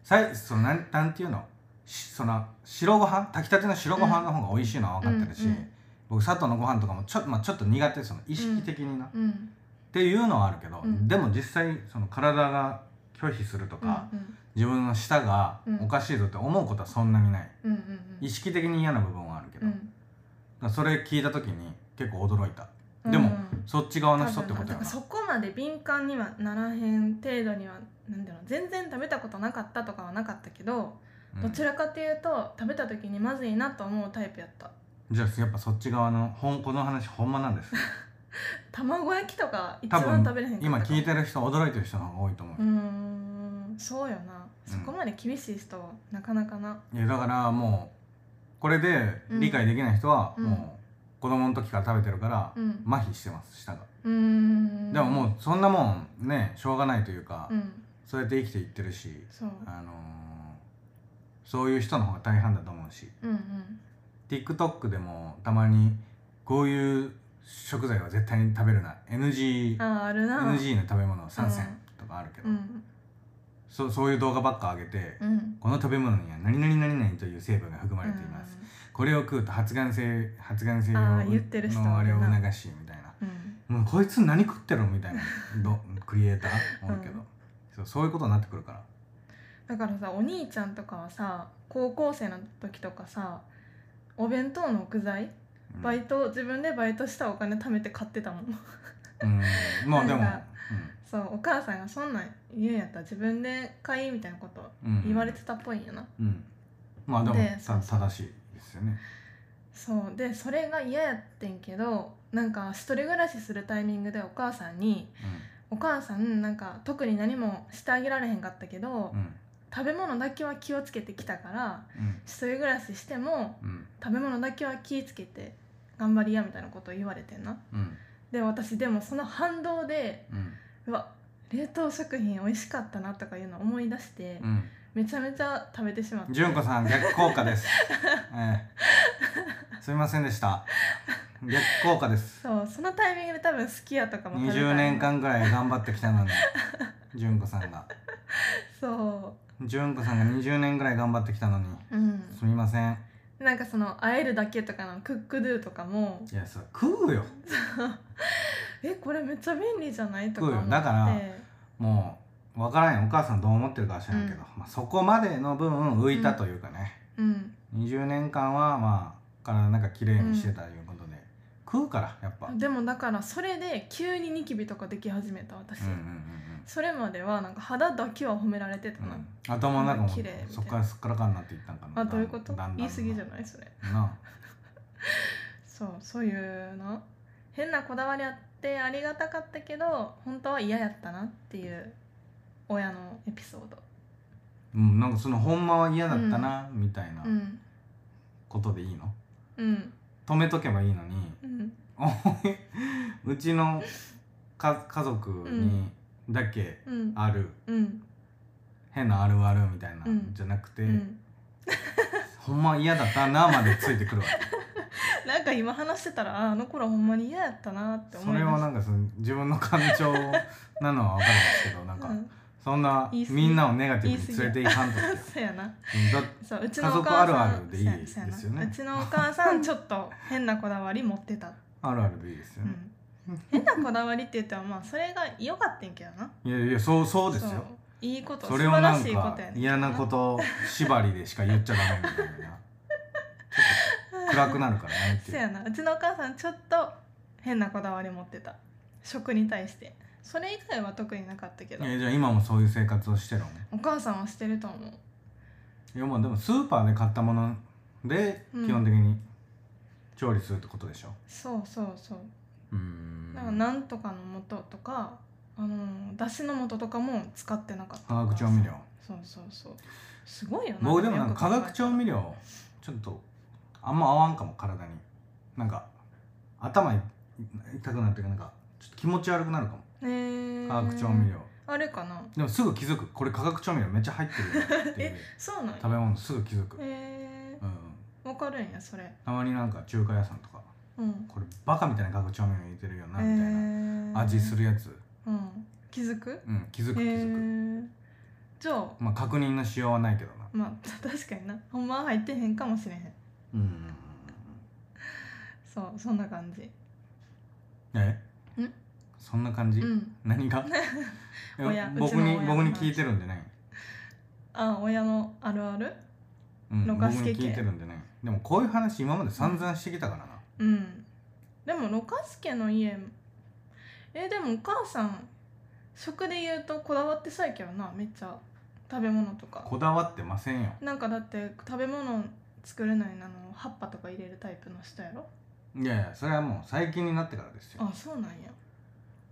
[SPEAKER 1] さいそのなんなんていうのしその白ご飯炊きたての白ご飯の方が美味しいのは分かってるし、
[SPEAKER 2] うんうん
[SPEAKER 1] 僕佐藤のご飯とかもちょ,、まあ、ちょっと苦手その意識的にな、っ
[SPEAKER 2] うん
[SPEAKER 1] ていうのはあるけど、
[SPEAKER 2] うん
[SPEAKER 1] でも実際その体が拒否するとか、
[SPEAKER 2] うん
[SPEAKER 1] 自分の舌が
[SPEAKER 2] うん
[SPEAKER 1] おかしいぞって思うことはそんなにない、
[SPEAKER 2] うんうんうん
[SPEAKER 1] 意識的に嫌な部分はあるけど、
[SPEAKER 2] う
[SPEAKER 1] だ
[SPEAKER 2] ん
[SPEAKER 1] からそれ聞いた時に結構驚いた
[SPEAKER 2] うん
[SPEAKER 1] でも
[SPEAKER 2] うん
[SPEAKER 1] そっち側の人ってこと
[SPEAKER 2] だ
[SPEAKER 1] やな
[SPEAKER 2] からそこまで敏感にはならへん程度にはなんだろう全然食べたことなかったとかはなかったけど、
[SPEAKER 1] うん
[SPEAKER 2] どちらかというと食べた時にまずいなと思うタイプやった
[SPEAKER 1] じゃあやっぱそっち側のほんこの話ほんまなんです
[SPEAKER 2] 卵焼きとか一
[SPEAKER 1] 多分
[SPEAKER 2] 番食べれへんかった
[SPEAKER 1] 今聞い
[SPEAKER 2] た
[SPEAKER 1] てる人驚いてる人の方が多いと思う
[SPEAKER 2] うーんそう
[SPEAKER 1] う
[SPEAKER 2] よな、
[SPEAKER 1] ん
[SPEAKER 2] そこまで厳しい人はなかなかない
[SPEAKER 1] やだからもうこれで理解できない人は
[SPEAKER 2] うん
[SPEAKER 1] もう子供の時から食べてるから
[SPEAKER 2] うん
[SPEAKER 1] 麻痺してます舌が、
[SPEAKER 2] うーん
[SPEAKER 1] でももうそんなもんねしょうがないというか、
[SPEAKER 2] うん
[SPEAKER 1] そうやって生きていってるし、
[SPEAKER 2] そう
[SPEAKER 1] あのーそういう人の方が大半だと思うし
[SPEAKER 2] うんうん
[SPEAKER 1] TikTok でもたまにこういう食材は絶対に食べるな NG
[SPEAKER 2] あーあるな
[SPEAKER 1] NG の食べ物3選とかあるけど、
[SPEAKER 2] うん
[SPEAKER 1] そそういう動画ばっか上げて、
[SPEAKER 2] うん
[SPEAKER 1] この食べ物には何々何々という成分が含まれています、これを食うと発がん性発がん性
[SPEAKER 2] あ
[SPEAKER 1] の
[SPEAKER 2] ー言ってる人
[SPEAKER 1] のあれを
[SPEAKER 2] いるな
[SPEAKER 1] 促しみたいな
[SPEAKER 2] うんうん
[SPEAKER 1] もうこいつ何食ってるみたいなどクリエイターおるけど、
[SPEAKER 2] うん
[SPEAKER 1] そうそういうことになってくるから
[SPEAKER 2] だからさお兄ちゃんとかはさ高校生の時とかさお弁当の具材
[SPEAKER 1] うん
[SPEAKER 2] バイト自分でバイトしたお金貯めて買ってたもん [laughs]
[SPEAKER 1] うんまあでも
[SPEAKER 2] なんかそうお母さんがそんなん言うんやったら自分で買いみたいなこと
[SPEAKER 1] うんうん
[SPEAKER 2] 言われてたっぽいんやな、
[SPEAKER 1] うんまあでも
[SPEAKER 2] で
[SPEAKER 1] た正しいですよね
[SPEAKER 2] そうでそれが嫌やってんけどなんか一人暮らしするタイミングでお母さんに「お母さんなんか特に何もしてあげられへんかったけど、
[SPEAKER 1] うんうん
[SPEAKER 2] 食べ物だけは気をつけてきたから
[SPEAKER 1] うん
[SPEAKER 2] 一人暮らししても
[SPEAKER 1] うん
[SPEAKER 2] 食べ物だけは気ぃつけて頑張りやみたいなことを言われてんな
[SPEAKER 1] うん
[SPEAKER 2] で私でもその反動で
[SPEAKER 1] うん
[SPEAKER 2] うわ冷凍食品美味しかったなとかいうのを思い出して、
[SPEAKER 1] うん
[SPEAKER 2] めちゃめちゃ食べてしまっ
[SPEAKER 1] うん
[SPEAKER 2] て
[SPEAKER 1] 純子さん逆効果
[SPEAKER 2] [laughs]
[SPEAKER 1] です、ええすみませんでした逆効果です
[SPEAKER 2] そうそのタイミングで多分すき家とかも食べたいな
[SPEAKER 1] 20年間ぐらい頑張ってきたのに純子さんが
[SPEAKER 2] そ
[SPEAKER 1] 純子さんが20年ぐらい頑張ってきたのに
[SPEAKER 2] ううん
[SPEAKER 1] すみません
[SPEAKER 2] なんかそのあえるだけとかのクックドゥとかも
[SPEAKER 1] いやそれ食うよ
[SPEAKER 2] えこれめっちゃ便利じゃないとか
[SPEAKER 1] そう
[SPEAKER 2] 思っ
[SPEAKER 1] よ
[SPEAKER 2] て
[SPEAKER 1] だからもう分からんよお母さんどう思ってるかは知らんけど、
[SPEAKER 2] うん
[SPEAKER 1] まあ、そこまでの分浮いたというかね、
[SPEAKER 2] うん
[SPEAKER 1] 20年間はまあ体なんか綺麗にしてたということで、食うからやっぱ、うんうん
[SPEAKER 2] でもだからそれで急にニキビとかでき始めた私、
[SPEAKER 1] うん
[SPEAKER 2] それまではなんか肌だけは褒められてた
[SPEAKER 1] うん
[SPEAKER 2] な、
[SPEAKER 1] うん、頭の中も
[SPEAKER 2] 綺麗みたいな
[SPEAKER 1] そっからすっからかんなっていったんかな
[SPEAKER 2] あどういうこと
[SPEAKER 1] だんだん
[SPEAKER 2] 言い過ぎじゃないそれ
[SPEAKER 1] な
[SPEAKER 2] そうそういうの変なこだわりあってありがたかったけど本当は嫌やったなっていう親のエピソード
[SPEAKER 1] うん、なんかそのほんまは嫌だったな、みたいな
[SPEAKER 2] うん
[SPEAKER 1] ことでいいの
[SPEAKER 2] うん
[SPEAKER 1] 止めとけばいいのに
[SPEAKER 2] うん
[SPEAKER 1] おいうちのか家族にだけ
[SPEAKER 2] うん
[SPEAKER 1] ある
[SPEAKER 2] うん
[SPEAKER 1] 変なあるあるみたいな、
[SPEAKER 2] うん
[SPEAKER 1] じゃなくて、
[SPEAKER 2] うん
[SPEAKER 1] ほんま嫌だったなまでついてくるわけ
[SPEAKER 2] なんか今話してたらああの頃ほんまに嫌やったな [laughs] って思
[SPEAKER 1] そ
[SPEAKER 2] いま
[SPEAKER 1] れ
[SPEAKER 2] した
[SPEAKER 1] はなんかその自分の感情なのは分かるんですけどなんか、
[SPEAKER 2] うん
[SPEAKER 1] そんな
[SPEAKER 2] 言い過ぎ
[SPEAKER 1] みんなをネガティブに連れていかんとって
[SPEAKER 2] そうやな
[SPEAKER 1] だ
[SPEAKER 2] そううち
[SPEAKER 1] 家
[SPEAKER 2] のお
[SPEAKER 1] 族
[SPEAKER 2] 母さん
[SPEAKER 1] あるあるでいい
[SPEAKER 2] そうやそうやな
[SPEAKER 1] ですよね
[SPEAKER 2] うちのお母さんちょっと変なこだわり持ってた、
[SPEAKER 1] あるあるでいいです
[SPEAKER 2] う
[SPEAKER 1] よね、
[SPEAKER 2] ん、変なこだわりって言ってもまあそれが良かったんやけどない
[SPEAKER 1] やいやそうそうですよ
[SPEAKER 2] いいこと
[SPEAKER 1] それをな
[SPEAKER 2] 素
[SPEAKER 1] ん
[SPEAKER 2] 晴らしい
[SPEAKER 1] か
[SPEAKER 2] ことやねんけど
[SPEAKER 1] 嫌なこと縛りでしか言っちゃダメみたいなちょっと暗くなるからねって
[SPEAKER 2] そう
[SPEAKER 1] い
[SPEAKER 2] や
[SPEAKER 1] う
[SPEAKER 2] なうちのお母さんちょっと変なこだわり持ってた食に対してそれ以外は特になかったけど
[SPEAKER 1] えじゃあ今もそういう生活をしてるの
[SPEAKER 2] お母さんはしてると思う
[SPEAKER 1] いやもうでもスーパーで買ったもので
[SPEAKER 2] うん
[SPEAKER 1] 基本的に調理するってことでしょ
[SPEAKER 2] そうそうそう
[SPEAKER 1] うーん
[SPEAKER 2] だからなんとかの素とかあのーだしの素とかも使ってなかった
[SPEAKER 1] 化学調味料
[SPEAKER 2] そうそうそうすごいよな
[SPEAKER 1] 僕でもなんか化学調
[SPEAKER 2] 料
[SPEAKER 1] 味料ちょっとあんま合わんかも体になんか頭い痛くなるっていうかなんかちょっと気持ち悪くなるかも
[SPEAKER 2] えー、
[SPEAKER 1] 化学調味料
[SPEAKER 2] あれかな
[SPEAKER 1] でもすぐ気づくこれ化学調味料めっちゃ入ってるよって
[SPEAKER 2] [laughs]
[SPEAKER 1] いう
[SPEAKER 2] そうなんや
[SPEAKER 1] 食べ物すぐ気づく、
[SPEAKER 2] え
[SPEAKER 1] うん、
[SPEAKER 2] ー、わかるんやそれ
[SPEAKER 1] たまになんか中華屋さんとか
[SPEAKER 2] うん
[SPEAKER 1] これバカみたいな化学調味料入れてるよな
[SPEAKER 2] え
[SPEAKER 1] みたいな、
[SPEAKER 2] ー、
[SPEAKER 1] 味するやつ、
[SPEAKER 2] うん気づく
[SPEAKER 1] うん、気づく気
[SPEAKER 2] え
[SPEAKER 1] づく、
[SPEAKER 2] ー、じゃあ
[SPEAKER 1] まあ確認のしようはないけどな
[SPEAKER 2] [laughs] まあ確かになほんまは入ってへんかもしれへん
[SPEAKER 1] うん
[SPEAKER 2] そうそんな感じ
[SPEAKER 1] え
[SPEAKER 2] ん
[SPEAKER 1] そんな感じ、
[SPEAKER 2] うん
[SPEAKER 1] 何がいや
[SPEAKER 2] [laughs] 親う
[SPEAKER 1] 僕
[SPEAKER 2] ちの
[SPEAKER 1] に
[SPEAKER 2] 親の
[SPEAKER 1] 僕に
[SPEAKER 2] 話
[SPEAKER 1] 聞いてるんでね、
[SPEAKER 2] あ親のあるある
[SPEAKER 1] うん、
[SPEAKER 2] の
[SPEAKER 1] 僕
[SPEAKER 2] がすけ
[SPEAKER 1] に聞いてるんでねでもこういう話今まで散々してきたからな、
[SPEAKER 2] うんでもろかすけの家えでもお母さん食で言うとこだわってさえけどなめっちゃ食べ物とか
[SPEAKER 1] こだわってませんよ
[SPEAKER 2] なんかだって食べ物作るのにあの葉っぱとか入れるタイプの人やろ
[SPEAKER 1] いやいやそれはもう最近になってからですよ
[SPEAKER 2] あそうなんや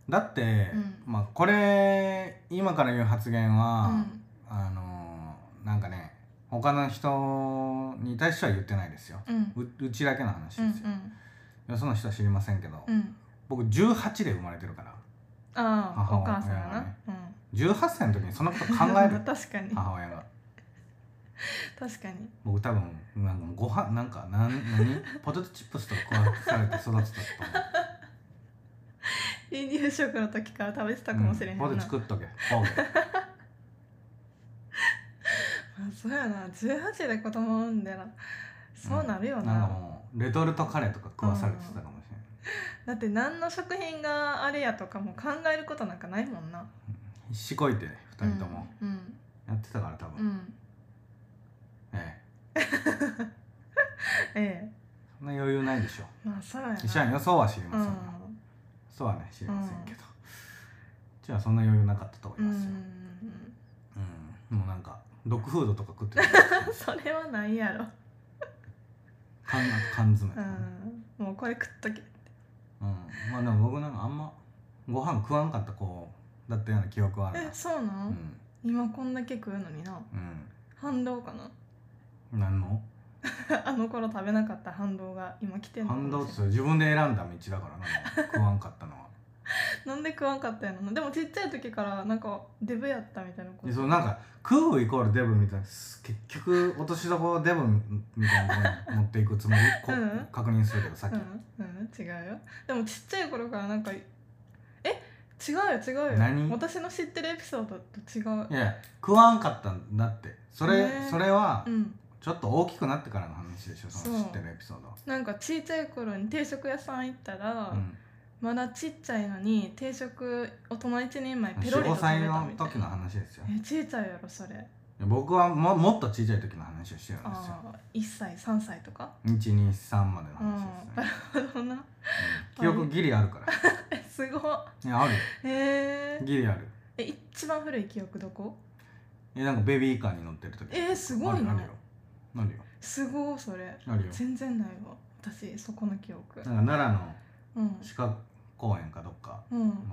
[SPEAKER 1] だって、
[SPEAKER 2] うん
[SPEAKER 1] まあこれ今から言う発言は、
[SPEAKER 2] うん
[SPEAKER 1] あのーなんかね他の人に対しては言ってないですよ
[SPEAKER 2] うん
[SPEAKER 1] ううちだけの話です
[SPEAKER 2] う
[SPEAKER 1] よ、
[SPEAKER 2] ん
[SPEAKER 1] よその人は知りませんけど、
[SPEAKER 2] うんうん
[SPEAKER 1] 僕18で生まれてるから
[SPEAKER 2] ああ
[SPEAKER 1] 母
[SPEAKER 2] お母さんが
[SPEAKER 1] 親が
[SPEAKER 2] な
[SPEAKER 1] ね、
[SPEAKER 2] うん
[SPEAKER 1] 18歳の時にそんなこと考え
[SPEAKER 2] [laughs]
[SPEAKER 1] る
[SPEAKER 2] 確かに
[SPEAKER 1] 母親が
[SPEAKER 2] 確かに
[SPEAKER 1] 僕多分なんかご飯なんかなん何 [laughs] ポテトチップスとか食わされて育つと思う
[SPEAKER 2] 離乳食の時から食べてたかもしれへんな、
[SPEAKER 1] うんポテチ
[SPEAKER 2] あ
[SPEAKER 1] 食っとけこう
[SPEAKER 2] [laughs]
[SPEAKER 1] け
[SPEAKER 2] そうやな18で子供産んだらそうなるよ
[SPEAKER 1] なん
[SPEAKER 2] な、
[SPEAKER 1] かもうレトルトカレーとか食わされてたかもしれない、
[SPEAKER 2] だって何の食品があれやとかも考えることなんかないもんな
[SPEAKER 1] 必死こいて2人とも
[SPEAKER 2] うん
[SPEAKER 1] やってたから多分、
[SPEAKER 2] うん、うん、
[SPEAKER 1] え
[SPEAKER 2] ええ
[SPEAKER 1] えそんな余裕ないでしょ
[SPEAKER 2] まあそうやな
[SPEAKER 1] 医者に予想は知り
[SPEAKER 2] う
[SPEAKER 1] ませんよ、
[SPEAKER 2] ん
[SPEAKER 1] そうはね知りませんけど、じゃあそんな余裕なかったと思いうますよ、
[SPEAKER 2] ん
[SPEAKER 1] うんもうなんかドッグフードとか食ってた
[SPEAKER 2] [laughs] それはないやろ
[SPEAKER 1] 缶缶詰と
[SPEAKER 2] う
[SPEAKER 1] かね、
[SPEAKER 2] んもうこれ食っとけ
[SPEAKER 1] うんまあでも僕なんかあんまご飯食わんかった子だったような記憶はある
[SPEAKER 2] え
[SPEAKER 1] な
[SPEAKER 2] そうなん、
[SPEAKER 1] うん
[SPEAKER 2] 今こんだけ食うのにな
[SPEAKER 1] う
[SPEAKER 2] 反動かな
[SPEAKER 1] ん何の
[SPEAKER 2] [laughs] あの頃食べなかった反動が今来てんのか
[SPEAKER 1] 反
[SPEAKER 2] も
[SPEAKER 1] 動っ
[SPEAKER 2] し
[SPEAKER 1] つ
[SPEAKER 2] れん
[SPEAKER 1] う自分で選んだ道だからなもう食わんか
[SPEAKER 2] [laughs]
[SPEAKER 1] ったのは
[SPEAKER 2] なんで食わんかったんやろなでもちっちゃい時からなんかデブやったみたいなこ
[SPEAKER 1] で
[SPEAKER 2] と
[SPEAKER 1] そうなんか食うイコールデブみたいなす結局落としどころデブみたいなとこに持っていくつもり、こ
[SPEAKER 2] [laughs] うん
[SPEAKER 1] 確認するけどさっき、
[SPEAKER 2] うん、うん、違うよでもちっちゃい頃からなんかえ違うよ違うよ
[SPEAKER 1] 何
[SPEAKER 2] 私の知ってるエピソードと違う
[SPEAKER 1] いや食わんかったんだってそれ、
[SPEAKER 2] ね
[SPEAKER 1] それは
[SPEAKER 2] うん
[SPEAKER 1] ちょっと大きくなってからの話でしょその
[SPEAKER 2] そう
[SPEAKER 1] 知ってるエピソードは
[SPEAKER 2] なんかちっちゃい頃に定食屋さん行ったら、
[SPEAKER 1] うん
[SPEAKER 2] まだちっちゃいのに定食大人一人前ペロリ
[SPEAKER 1] 45
[SPEAKER 2] と食べた
[SPEAKER 1] 歳
[SPEAKER 2] みたい
[SPEAKER 1] の
[SPEAKER 2] な
[SPEAKER 1] 時の話ですよ
[SPEAKER 2] えちっちゃいやろそれ
[SPEAKER 1] 僕はももっと小さい時の話をしてるんですよ
[SPEAKER 2] ああ1歳3歳とか [laughs]
[SPEAKER 1] 123までの
[SPEAKER 2] うん
[SPEAKER 1] 話です
[SPEAKER 2] な
[SPEAKER 1] ね
[SPEAKER 2] る、ほどな
[SPEAKER 1] うん記憶ギリあるから
[SPEAKER 2] えすごっ
[SPEAKER 1] いやある
[SPEAKER 2] えー、
[SPEAKER 1] ギリある
[SPEAKER 2] え一番古い記憶どこ
[SPEAKER 1] えなんかベビーカーに乗ってる時
[SPEAKER 2] えーすごいな
[SPEAKER 1] あるよあるよ
[SPEAKER 2] すごいそれ
[SPEAKER 1] あるよ
[SPEAKER 2] 全然ないわ私そこの記憶
[SPEAKER 1] なんか奈良の
[SPEAKER 2] うん
[SPEAKER 1] 鹿公園かどっか
[SPEAKER 2] うん
[SPEAKER 1] のなんか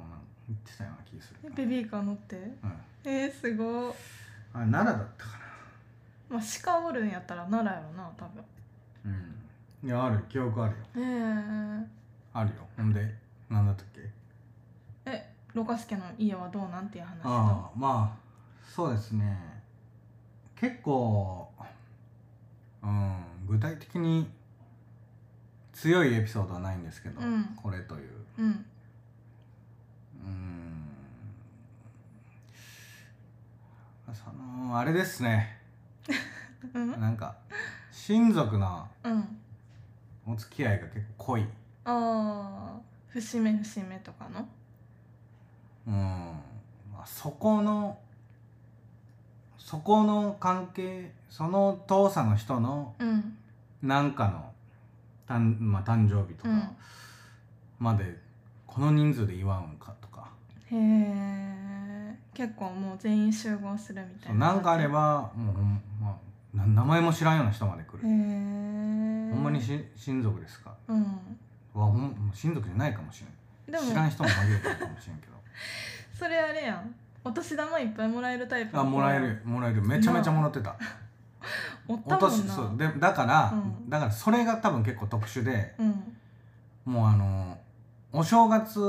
[SPEAKER 1] 行ってたような気がす
[SPEAKER 2] え
[SPEAKER 1] る
[SPEAKER 2] ベビーカー乗って
[SPEAKER 1] うん、
[SPEAKER 2] えー、すごい
[SPEAKER 1] あれ奈良だったか
[SPEAKER 2] まあ鹿おるんやったら奈良やろな多分
[SPEAKER 1] なうんいやあるよ記憶あるよ
[SPEAKER 2] えー、
[SPEAKER 1] あるよほんで何だったっけ
[SPEAKER 2] ろかすけの家はどうなんていう話だ
[SPEAKER 1] ああまあそうですね結構うん具体的に強いエピソードはないんですけど、
[SPEAKER 2] うん
[SPEAKER 1] これという
[SPEAKER 2] うん
[SPEAKER 1] うんそのあれですね
[SPEAKER 2] うん
[SPEAKER 1] なんか親族の
[SPEAKER 2] うん
[SPEAKER 1] お付き合いが結構濃い
[SPEAKER 2] ああ節目節目とかの
[SPEAKER 1] うんまあそこのそこの関係その父さんの人の
[SPEAKER 2] うん
[SPEAKER 1] なんかのたん、まあ、誕生日と
[SPEAKER 2] う
[SPEAKER 1] か
[SPEAKER 2] ん
[SPEAKER 1] までこの人数で祝うんかとか、
[SPEAKER 2] へえ結構もう全員集合するみた
[SPEAKER 1] そ
[SPEAKER 2] いうな
[SPEAKER 1] なんかあればもうほん、まあ、な名前も知らんような人まで来
[SPEAKER 2] へえ
[SPEAKER 1] る、ほんまにし親族ですか
[SPEAKER 2] うん
[SPEAKER 1] わほんもう親族じゃないかもし
[SPEAKER 2] で
[SPEAKER 1] れん知ら
[SPEAKER 2] も
[SPEAKER 1] ん人も紛れてるかもしれんけ
[SPEAKER 2] [laughs]
[SPEAKER 1] ど
[SPEAKER 2] それあれやんお年玉いっぱいもらえるタイプの
[SPEAKER 1] あ
[SPEAKER 2] 子
[SPEAKER 1] もらえるもらえるめちゃめちゃもらってた
[SPEAKER 2] おった
[SPEAKER 1] お
[SPEAKER 2] もん
[SPEAKER 1] 年
[SPEAKER 2] な
[SPEAKER 1] そうでだから、
[SPEAKER 2] うん
[SPEAKER 1] だからそれが多分結構特殊で
[SPEAKER 2] うん
[SPEAKER 1] もうあのお正月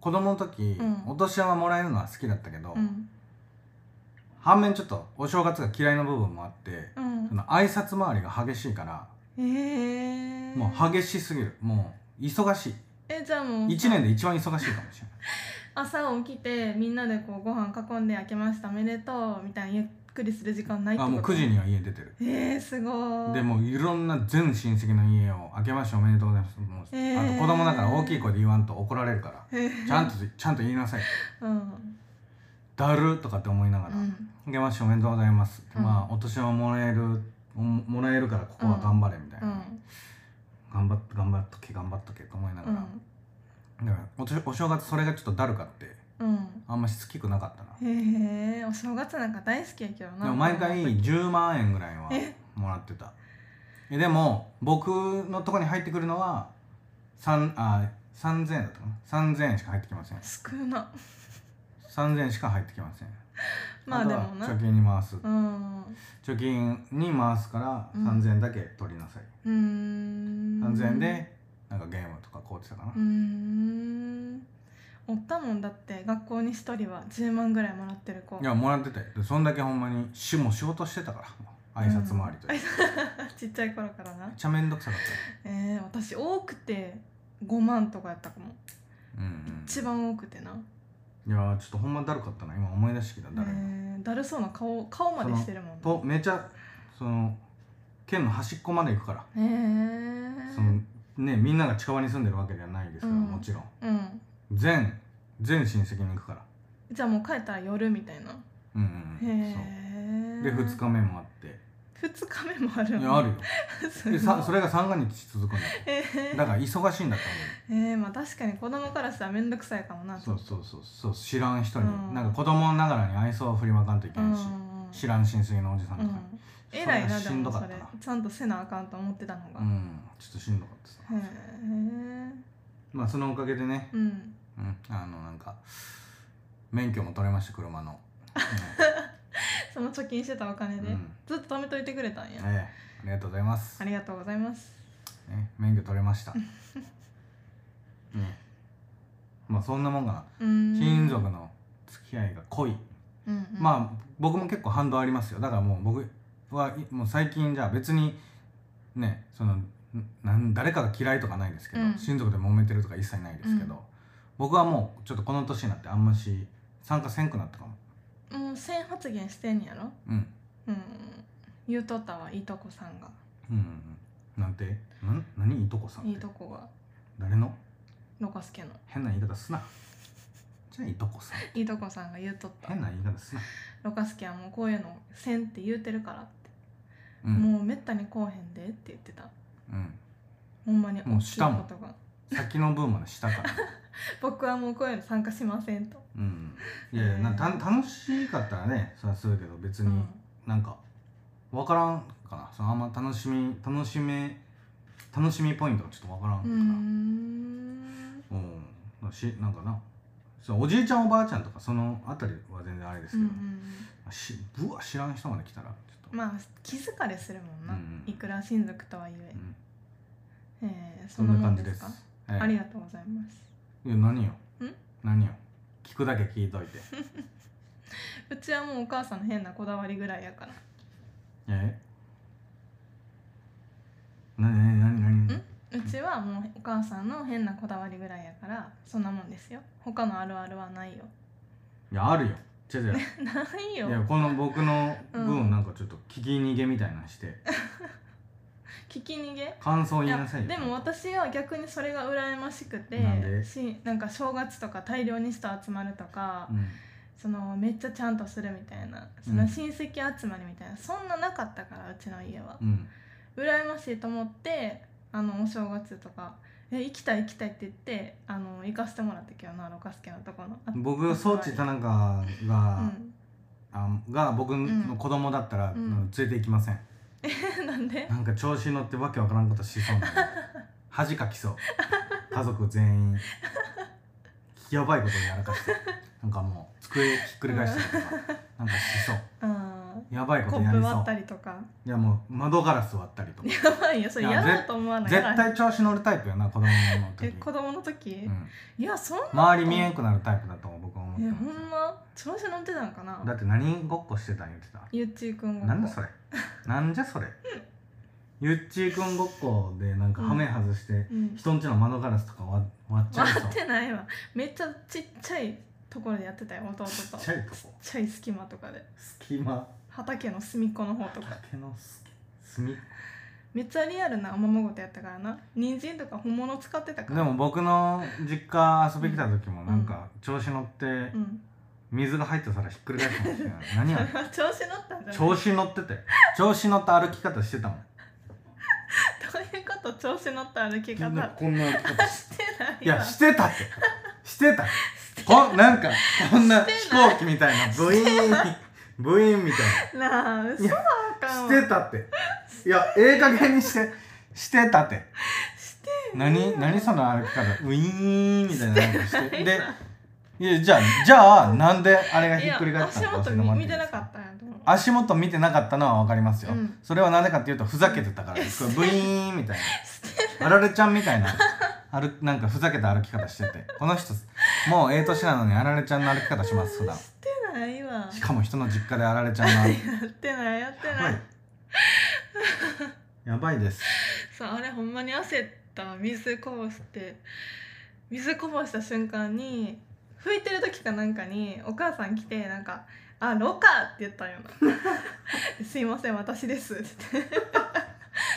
[SPEAKER 1] 子供の時、
[SPEAKER 2] うん
[SPEAKER 1] お年玉もらえるのは好きだったけど、
[SPEAKER 2] うん
[SPEAKER 1] 反面ちょっとお正月が嫌いな部分もあって、
[SPEAKER 2] うん
[SPEAKER 1] その挨拶回りが激しいから、
[SPEAKER 2] えー、
[SPEAKER 1] もう激しすぎるもう忙しい
[SPEAKER 2] えじゃあもう
[SPEAKER 1] 1年で一番忙しいかもしれない
[SPEAKER 2] 朝起きてみんなでこうご飯囲んで「明けましたおめでとう」みたいに作りする時間ないって
[SPEAKER 1] あ
[SPEAKER 2] こと
[SPEAKER 1] もう9時には家出てる
[SPEAKER 2] えー、すごい
[SPEAKER 1] でもういろんな全親戚の家を「明けましておめでとうございます」もう
[SPEAKER 2] へー
[SPEAKER 1] あと子供だから大きい声で言わんと怒られるから
[SPEAKER 2] え
[SPEAKER 1] ちゃんとちゃんと言いなさい
[SPEAKER 2] うん
[SPEAKER 1] 「だる」とかって思いなが
[SPEAKER 2] う
[SPEAKER 1] ら
[SPEAKER 2] ん
[SPEAKER 1] 「明けましておめでとうございます」って
[SPEAKER 2] うん
[SPEAKER 1] まあお年はもらえるおもらえるからここは頑張れみたいうな、
[SPEAKER 2] ん
[SPEAKER 1] 頑張っ頑張っとけ頑張っとけと思いなが
[SPEAKER 2] う
[SPEAKER 1] ら、
[SPEAKER 2] ん
[SPEAKER 1] だからお年お正月それがちょっとだるかって
[SPEAKER 2] うん
[SPEAKER 1] あんましつきくなかったな
[SPEAKER 2] へえお正月なんか大好きやけどな
[SPEAKER 1] でも毎回10万円ぐらいは
[SPEAKER 2] え
[SPEAKER 1] もらってたえでも僕のとこに入ってくるのは3あ3000円だったかな3000円しか入ってきません
[SPEAKER 2] 少な
[SPEAKER 1] 3000円しか入ってきません
[SPEAKER 2] まあ
[SPEAKER 1] と
[SPEAKER 2] で
[SPEAKER 1] は
[SPEAKER 2] もな
[SPEAKER 1] 貯金に回す
[SPEAKER 2] うんう
[SPEAKER 1] 貯金に回すから
[SPEAKER 2] うん
[SPEAKER 1] 3000円だけ取りなさい、
[SPEAKER 2] ーん
[SPEAKER 1] 3000円でなんかゲームとか買うてたかな、
[SPEAKER 2] うーんおったもんだって学校に一人は10万ぐらいもらってる子
[SPEAKER 1] いやもらっててでそんだけほんまにしもう仕事してたからもう挨拶回りというか、
[SPEAKER 2] [laughs] ちっちゃい頃からな
[SPEAKER 1] めっちゃめんどくさかった
[SPEAKER 2] えー、私多くて5万とかやったかも
[SPEAKER 1] うんうん
[SPEAKER 2] 一番多くてない
[SPEAKER 1] やーちょっとほんまだるかったな今思い出してきただるいな、
[SPEAKER 2] えーだるそうな顔顔までしてるもん
[SPEAKER 1] とめちゃその県の端っこまで行くから、
[SPEAKER 2] えー、
[SPEAKER 1] そのねみんなが近場に住んでるわけではないですから、
[SPEAKER 2] うん
[SPEAKER 1] もちろん
[SPEAKER 2] うん
[SPEAKER 1] 全全親戚に行くから
[SPEAKER 2] じゃあもう帰ったら夜みたいな
[SPEAKER 1] うんうん
[SPEAKER 2] へ
[SPEAKER 1] うん
[SPEAKER 2] え
[SPEAKER 1] そうで2日目もあって
[SPEAKER 2] 2日目もある
[SPEAKER 1] いやある
[SPEAKER 2] [laughs] よ
[SPEAKER 1] よ
[SPEAKER 2] すご
[SPEAKER 1] で
[SPEAKER 2] い
[SPEAKER 1] さそれが三が日続くの
[SPEAKER 2] えー
[SPEAKER 1] だから忙しいんだと
[SPEAKER 2] えーまあ確かに子供からしたら面倒くさいかもな
[SPEAKER 1] 思うそうそうそうそう知らん人に、
[SPEAKER 2] うん
[SPEAKER 1] なんか子供ながらに愛想を振りまかんといけ
[SPEAKER 2] うんん
[SPEAKER 1] し、知らん親戚のおじさん
[SPEAKER 2] う
[SPEAKER 1] とかに、
[SPEAKER 2] ん偉い
[SPEAKER 1] そ
[SPEAKER 2] なで
[SPEAKER 1] れがしんどか
[SPEAKER 2] もそ
[SPEAKER 1] った
[SPEAKER 2] れ
[SPEAKER 1] な
[SPEAKER 2] ちゃんとせなあかんと思ってたのが、
[SPEAKER 1] う
[SPEAKER 2] へ
[SPEAKER 1] んちょっとしんどかったさ、
[SPEAKER 2] え
[SPEAKER 1] まあそのおかげでね
[SPEAKER 2] うん
[SPEAKER 1] うん、あのなんか免許も取れました車
[SPEAKER 2] [laughs]
[SPEAKER 1] の、
[SPEAKER 2] その貯金してたお金
[SPEAKER 1] うん
[SPEAKER 2] で、
[SPEAKER 1] うん
[SPEAKER 2] ずっと貯めといてくれたんや、
[SPEAKER 1] ええありがとうございます、
[SPEAKER 2] ありがとうございます
[SPEAKER 1] ね、免許取れました、ね、 [laughs] まあそんなもんか
[SPEAKER 2] うーん
[SPEAKER 1] な親族の付き合いが濃い、
[SPEAKER 2] うんうん、
[SPEAKER 1] まあ僕も結構反動ありますよだからもう僕はいもう最近じゃあ別にねそのなん誰かが嫌いとかないですけど、
[SPEAKER 2] うん
[SPEAKER 1] 親族で揉めてるとか一切ないですけど、
[SPEAKER 2] うん
[SPEAKER 1] 僕はもうちょっとこの年になってあんまし参加せんくなったかも
[SPEAKER 2] もう性発言してんやろ
[SPEAKER 1] うん
[SPEAKER 2] うん言うとったわいとこさんが
[SPEAKER 1] うんうんうん、なんてん何いとこさんって
[SPEAKER 2] いいとこが
[SPEAKER 1] 誰の
[SPEAKER 2] ロカスケの
[SPEAKER 1] 変な言い方すなじゃあいとこさん
[SPEAKER 2] いいとこさんが言うとった
[SPEAKER 1] 変な言い方すな、
[SPEAKER 2] ロカスケはもうこういうのせんって言うてるからって、
[SPEAKER 1] うん
[SPEAKER 2] もうめったにこうへんでって言ってた
[SPEAKER 1] うん、
[SPEAKER 2] ほんまに
[SPEAKER 1] もうしたもん
[SPEAKER 2] 大きいことが
[SPEAKER 1] 先の分までしたから、
[SPEAKER 2] [laughs] 僕はもうこういうの参加しませんと、
[SPEAKER 1] うん、いやいやなた楽しかったらねそれはするけど別
[SPEAKER 2] う
[SPEAKER 1] に
[SPEAKER 2] ん
[SPEAKER 1] なんか分からんかなそのあんま楽しみ楽しめ楽しみポイントがちょっと分からん
[SPEAKER 2] う
[SPEAKER 1] か
[SPEAKER 2] ー
[SPEAKER 1] ら
[SPEAKER 2] ん
[SPEAKER 1] うんしなんかなそうおじいちゃんおばあちゃんとかそのあたりは全然あれです
[SPEAKER 2] う
[SPEAKER 1] け
[SPEAKER 2] んう
[SPEAKER 1] ど、
[SPEAKER 2] ん
[SPEAKER 1] しぶわ知らん人まで来たらちょっと、
[SPEAKER 2] まあ気疲れするもんな、
[SPEAKER 1] うんうん
[SPEAKER 2] いくら親族とはいえ
[SPEAKER 1] う、ん
[SPEAKER 2] えー
[SPEAKER 1] そんな
[SPEAKER 2] も
[SPEAKER 1] 感
[SPEAKER 2] ん
[SPEAKER 1] じです
[SPEAKER 2] か。
[SPEAKER 1] ええ
[SPEAKER 2] ありがとうございます
[SPEAKER 1] いや何よ。
[SPEAKER 2] ん
[SPEAKER 1] 何よ。聞くだけ聞いといて。
[SPEAKER 2] うちはもうお母さんの変なこだわりぐらいやから
[SPEAKER 1] え？なになになになに？
[SPEAKER 2] んうちはもうお母さんの変なこだわりぐらいやからそんなもんですよ他のあるあるはないよ [laughs]
[SPEAKER 1] いやあるよ。違う違う。
[SPEAKER 2] ないよ
[SPEAKER 1] いやこの僕の
[SPEAKER 2] うん
[SPEAKER 1] 分なんかちょっと聞き逃げみたいなのして
[SPEAKER 2] 聞き逃げ
[SPEAKER 1] 感想
[SPEAKER 2] い
[SPEAKER 1] 言い
[SPEAKER 2] や
[SPEAKER 1] なさいよ。
[SPEAKER 2] でも私は逆にそれが羨ましくて
[SPEAKER 1] なんで
[SPEAKER 2] しなんか正月とか大量に人集まるとか、
[SPEAKER 1] うん。
[SPEAKER 2] そのめっちゃちゃんとするみたいなそ
[SPEAKER 1] うん
[SPEAKER 2] の親戚集まりみたいな、そんななかったからうちの家は
[SPEAKER 1] う、ん。
[SPEAKER 2] 羨ましいと思ってあのお正月とか「え行きたい行きたい」って言ってあの行かせてもらったけどなロカスケのとこのあ
[SPEAKER 1] 僕装置田中
[SPEAKER 2] う
[SPEAKER 1] が、
[SPEAKER 2] ん
[SPEAKER 1] あが僕の子供だったら、
[SPEAKER 2] うん
[SPEAKER 1] なんか連れて行きません。
[SPEAKER 2] なん [laughs] で
[SPEAKER 1] なんか調子に乗ってわけわからんことし
[SPEAKER 2] [laughs]
[SPEAKER 1] そうなの恥かきそう家族全員やばいことにやらかしてなんかもう机ひっくり返したりとかなんかしそう
[SPEAKER 2] あ
[SPEAKER 1] やばい
[SPEAKER 2] ー
[SPEAKER 1] こ
[SPEAKER 2] コ
[SPEAKER 1] とや
[SPEAKER 2] ップ
[SPEAKER 1] り
[SPEAKER 2] 割
[SPEAKER 1] そ
[SPEAKER 2] った
[SPEAKER 1] う
[SPEAKER 2] りとか
[SPEAKER 1] いやもう窓ガラス割ったりと
[SPEAKER 2] [laughs]
[SPEAKER 1] か
[SPEAKER 2] やばいよそれ
[SPEAKER 1] いや
[SPEAKER 2] やろうと思わない
[SPEAKER 1] 絶
[SPEAKER 2] やばい
[SPEAKER 1] 対調子乗るタイプやな子供の
[SPEAKER 2] え
[SPEAKER 1] 時、
[SPEAKER 2] 子供の時、
[SPEAKER 1] うん、
[SPEAKER 2] いやそんな
[SPEAKER 1] 周り見えんくなるタイプだと僕は思って
[SPEAKER 2] え
[SPEAKER 1] ま
[SPEAKER 2] ほんま調子乗ってたんか
[SPEAKER 1] すだ
[SPEAKER 2] な
[SPEAKER 1] って何ごっこしてたん言ってた
[SPEAKER 2] ゆっちーくん
[SPEAKER 1] なんだそれなんじゃそれゆっちーくんごっこでなんか羽目外して、
[SPEAKER 2] うん
[SPEAKER 1] 人んちの窓ガラスとか割割っちゃい
[SPEAKER 2] 割
[SPEAKER 1] そう
[SPEAKER 2] ってないわめっちゃちっちゃいところでやってたよ弟と
[SPEAKER 1] ちっちゃいとこ
[SPEAKER 2] ちっちゃい隙間とかで
[SPEAKER 1] 隙間
[SPEAKER 2] 畑の隅っこの方とか
[SPEAKER 1] 竹の隅
[SPEAKER 2] めっちゃリアルなおままごとやったからな人参とか本物使ってたか
[SPEAKER 1] で
[SPEAKER 2] ら
[SPEAKER 1] も僕の実家遊び来た時もなんか調子乗って
[SPEAKER 2] うん
[SPEAKER 1] 水が入った皿ひっくり返してましたよ何
[SPEAKER 2] それ
[SPEAKER 1] や
[SPEAKER 2] は [laughs] 調子乗ったんじゃない
[SPEAKER 1] 調子乗ってて調子乗った歩き方してたもん
[SPEAKER 2] どういうこと調子乗った歩き方
[SPEAKER 1] なんかこんなことして
[SPEAKER 2] してない
[SPEAKER 1] いや
[SPEAKER 2] し
[SPEAKER 1] してたってしてたこんなんかこんな
[SPEAKER 2] して
[SPEAKER 1] 飛
[SPEAKER 2] ない
[SPEAKER 1] 行機みたいなブイーンブイーンみたい
[SPEAKER 2] なあ嘘
[SPEAKER 1] いや
[SPEAKER 2] はあ
[SPEAKER 1] な
[SPEAKER 2] かんわ
[SPEAKER 1] してたっていやええ加減にしてしてたって
[SPEAKER 2] して
[SPEAKER 1] 何何その歩き方ウィーンみたいななんかして
[SPEAKER 2] ない
[SPEAKER 1] で
[SPEAKER 2] ない
[SPEAKER 1] やじゃあじゃあなんであれがひっくり返った
[SPEAKER 2] い
[SPEAKER 1] の
[SPEAKER 2] や
[SPEAKER 1] か
[SPEAKER 2] 足
[SPEAKER 1] 教えて
[SPEAKER 2] 元
[SPEAKER 1] もら
[SPEAKER 2] 見
[SPEAKER 1] っい
[SPEAKER 2] 見て
[SPEAKER 1] いで
[SPEAKER 2] な
[SPEAKER 1] す
[SPEAKER 2] かったんやと思う
[SPEAKER 1] 足元見てなかったのは分かりますよ、
[SPEAKER 2] うん
[SPEAKER 1] それはなぜかっていうとふざけてたから
[SPEAKER 2] いや
[SPEAKER 1] ですこれブイーンみたい
[SPEAKER 2] して
[SPEAKER 1] なあられちゃんみたいな歩なんかふざけた歩き方しててこの人もうええ年なのにあられちゃんの歩き方します普段
[SPEAKER 2] してないわ
[SPEAKER 1] しかも人の実家であられちゃんの歩き
[SPEAKER 2] [laughs] やってないやって
[SPEAKER 1] 方
[SPEAKER 2] な
[SPEAKER 1] はいいやばいです
[SPEAKER 2] そうあれほんまに焦った水こぼして水こぼした瞬間に拭いてる時かなんかにお母さん来てなんか「あろ過!」って言ったんよ [laughs] な「すいません私です」って言って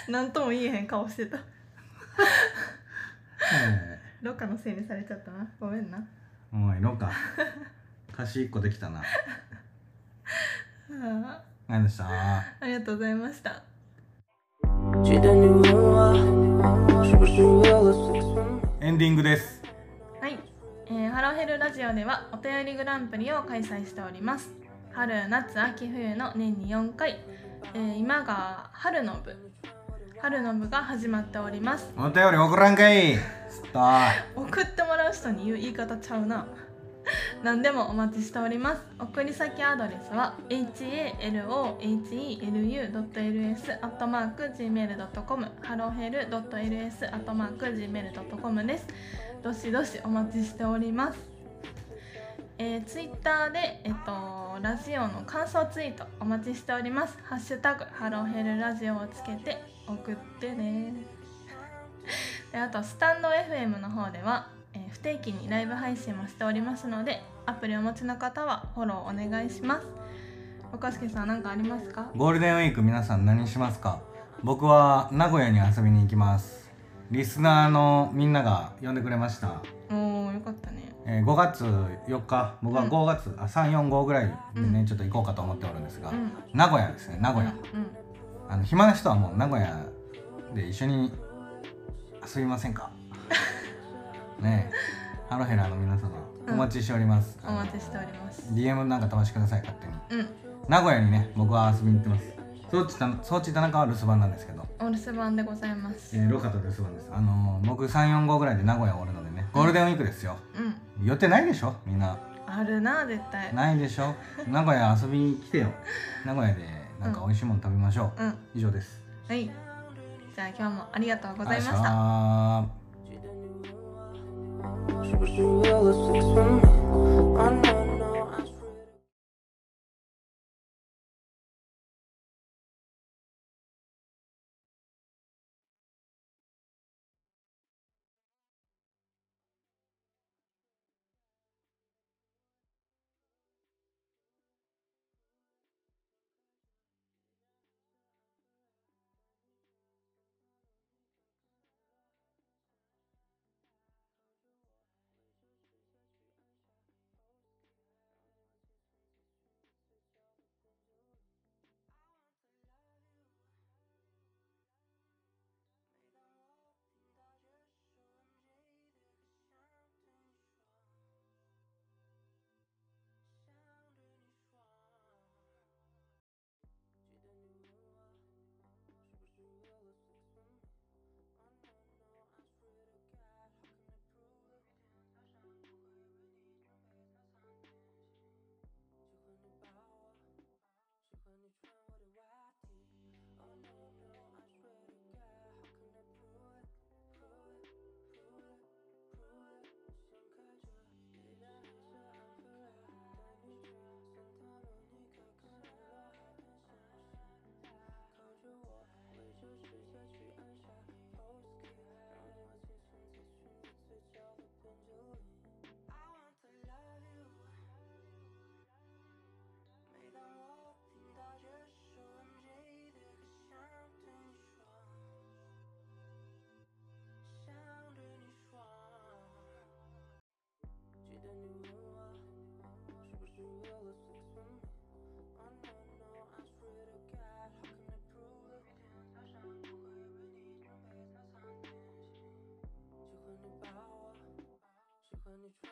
[SPEAKER 2] 何とも言えへん顔してた
[SPEAKER 1] え
[SPEAKER 2] ろ過のせいにされちゃったなごめんな
[SPEAKER 1] えもういいのか歌詞一個できたな
[SPEAKER 2] あ
[SPEAKER 1] 何でした
[SPEAKER 2] ーありがとうございました
[SPEAKER 3] 记得你问我是不是为了生存。
[SPEAKER 1] エンディングです
[SPEAKER 2] はい、えーハローヘルラジオではお便りグランプリを開催しております春夏秋冬の年に4回、えー今が春の部春の部が始まっております
[SPEAKER 1] お便り送らんかいすっと
[SPEAKER 2] 送ってもらう人に言う言い方ちゃうな [laughs] 何でもお待ちしております送り先アドレスは halohelu.ls.gmail.com ハロヘル .ls.gmail.com ですどしどしお待ちしておりますえー、ツイッターで、えっと、ラジオの感想ツイートお待ちしております。ハッシュタグハローヘルラジオをつけて送ってね。であとスタンド FM の方では、えー不定期にライブ配信もしておりますのでアプリをお持ちの方はフォローお願いします若槻さん何かありますか
[SPEAKER 1] ゴールデンウィーク皆さん何しますか僕は名古屋に遊びに行きますリスナーのみんなが呼んでくれました、
[SPEAKER 2] おーよかったね
[SPEAKER 1] えー5月4日僕は5月、あ345ぐらいでね、
[SPEAKER 2] うん
[SPEAKER 1] ちょっと行こうかと思っておるんですが、
[SPEAKER 2] うん
[SPEAKER 1] 名古屋ですね名古屋、
[SPEAKER 2] う
[SPEAKER 1] あの暇な人はもう名古屋で一緒に遊びません
[SPEAKER 2] [laughs]
[SPEAKER 1] かねえハロヘラの皆様
[SPEAKER 2] うん
[SPEAKER 1] お待ちしております、
[SPEAKER 2] んお待ちしております
[SPEAKER 1] あの DM なんか飛ばしてください勝手に
[SPEAKER 2] うん
[SPEAKER 1] 名古屋にね僕は遊びに行ってます装置た装置田中は留守番なんですけど
[SPEAKER 2] お留守番でございます
[SPEAKER 1] えー、ロカと留守番です。あのー、僕345ぐらいで名古屋おるのでね、ゴールデンウィークですよ。
[SPEAKER 2] うん
[SPEAKER 1] 予定ないでしょみんな。
[SPEAKER 2] あるな絶対
[SPEAKER 1] ないでしょ名古屋遊びに来てよ。名古屋でなんか美味しいもの食べましょう。
[SPEAKER 2] うん
[SPEAKER 1] 以上です。
[SPEAKER 2] はいじゃあ今日もありがとうございまし
[SPEAKER 1] ありがとうござい
[SPEAKER 2] た
[SPEAKER 1] ました。
[SPEAKER 3] 记得你问我是不是为了生存。Oh no no, I swear. which one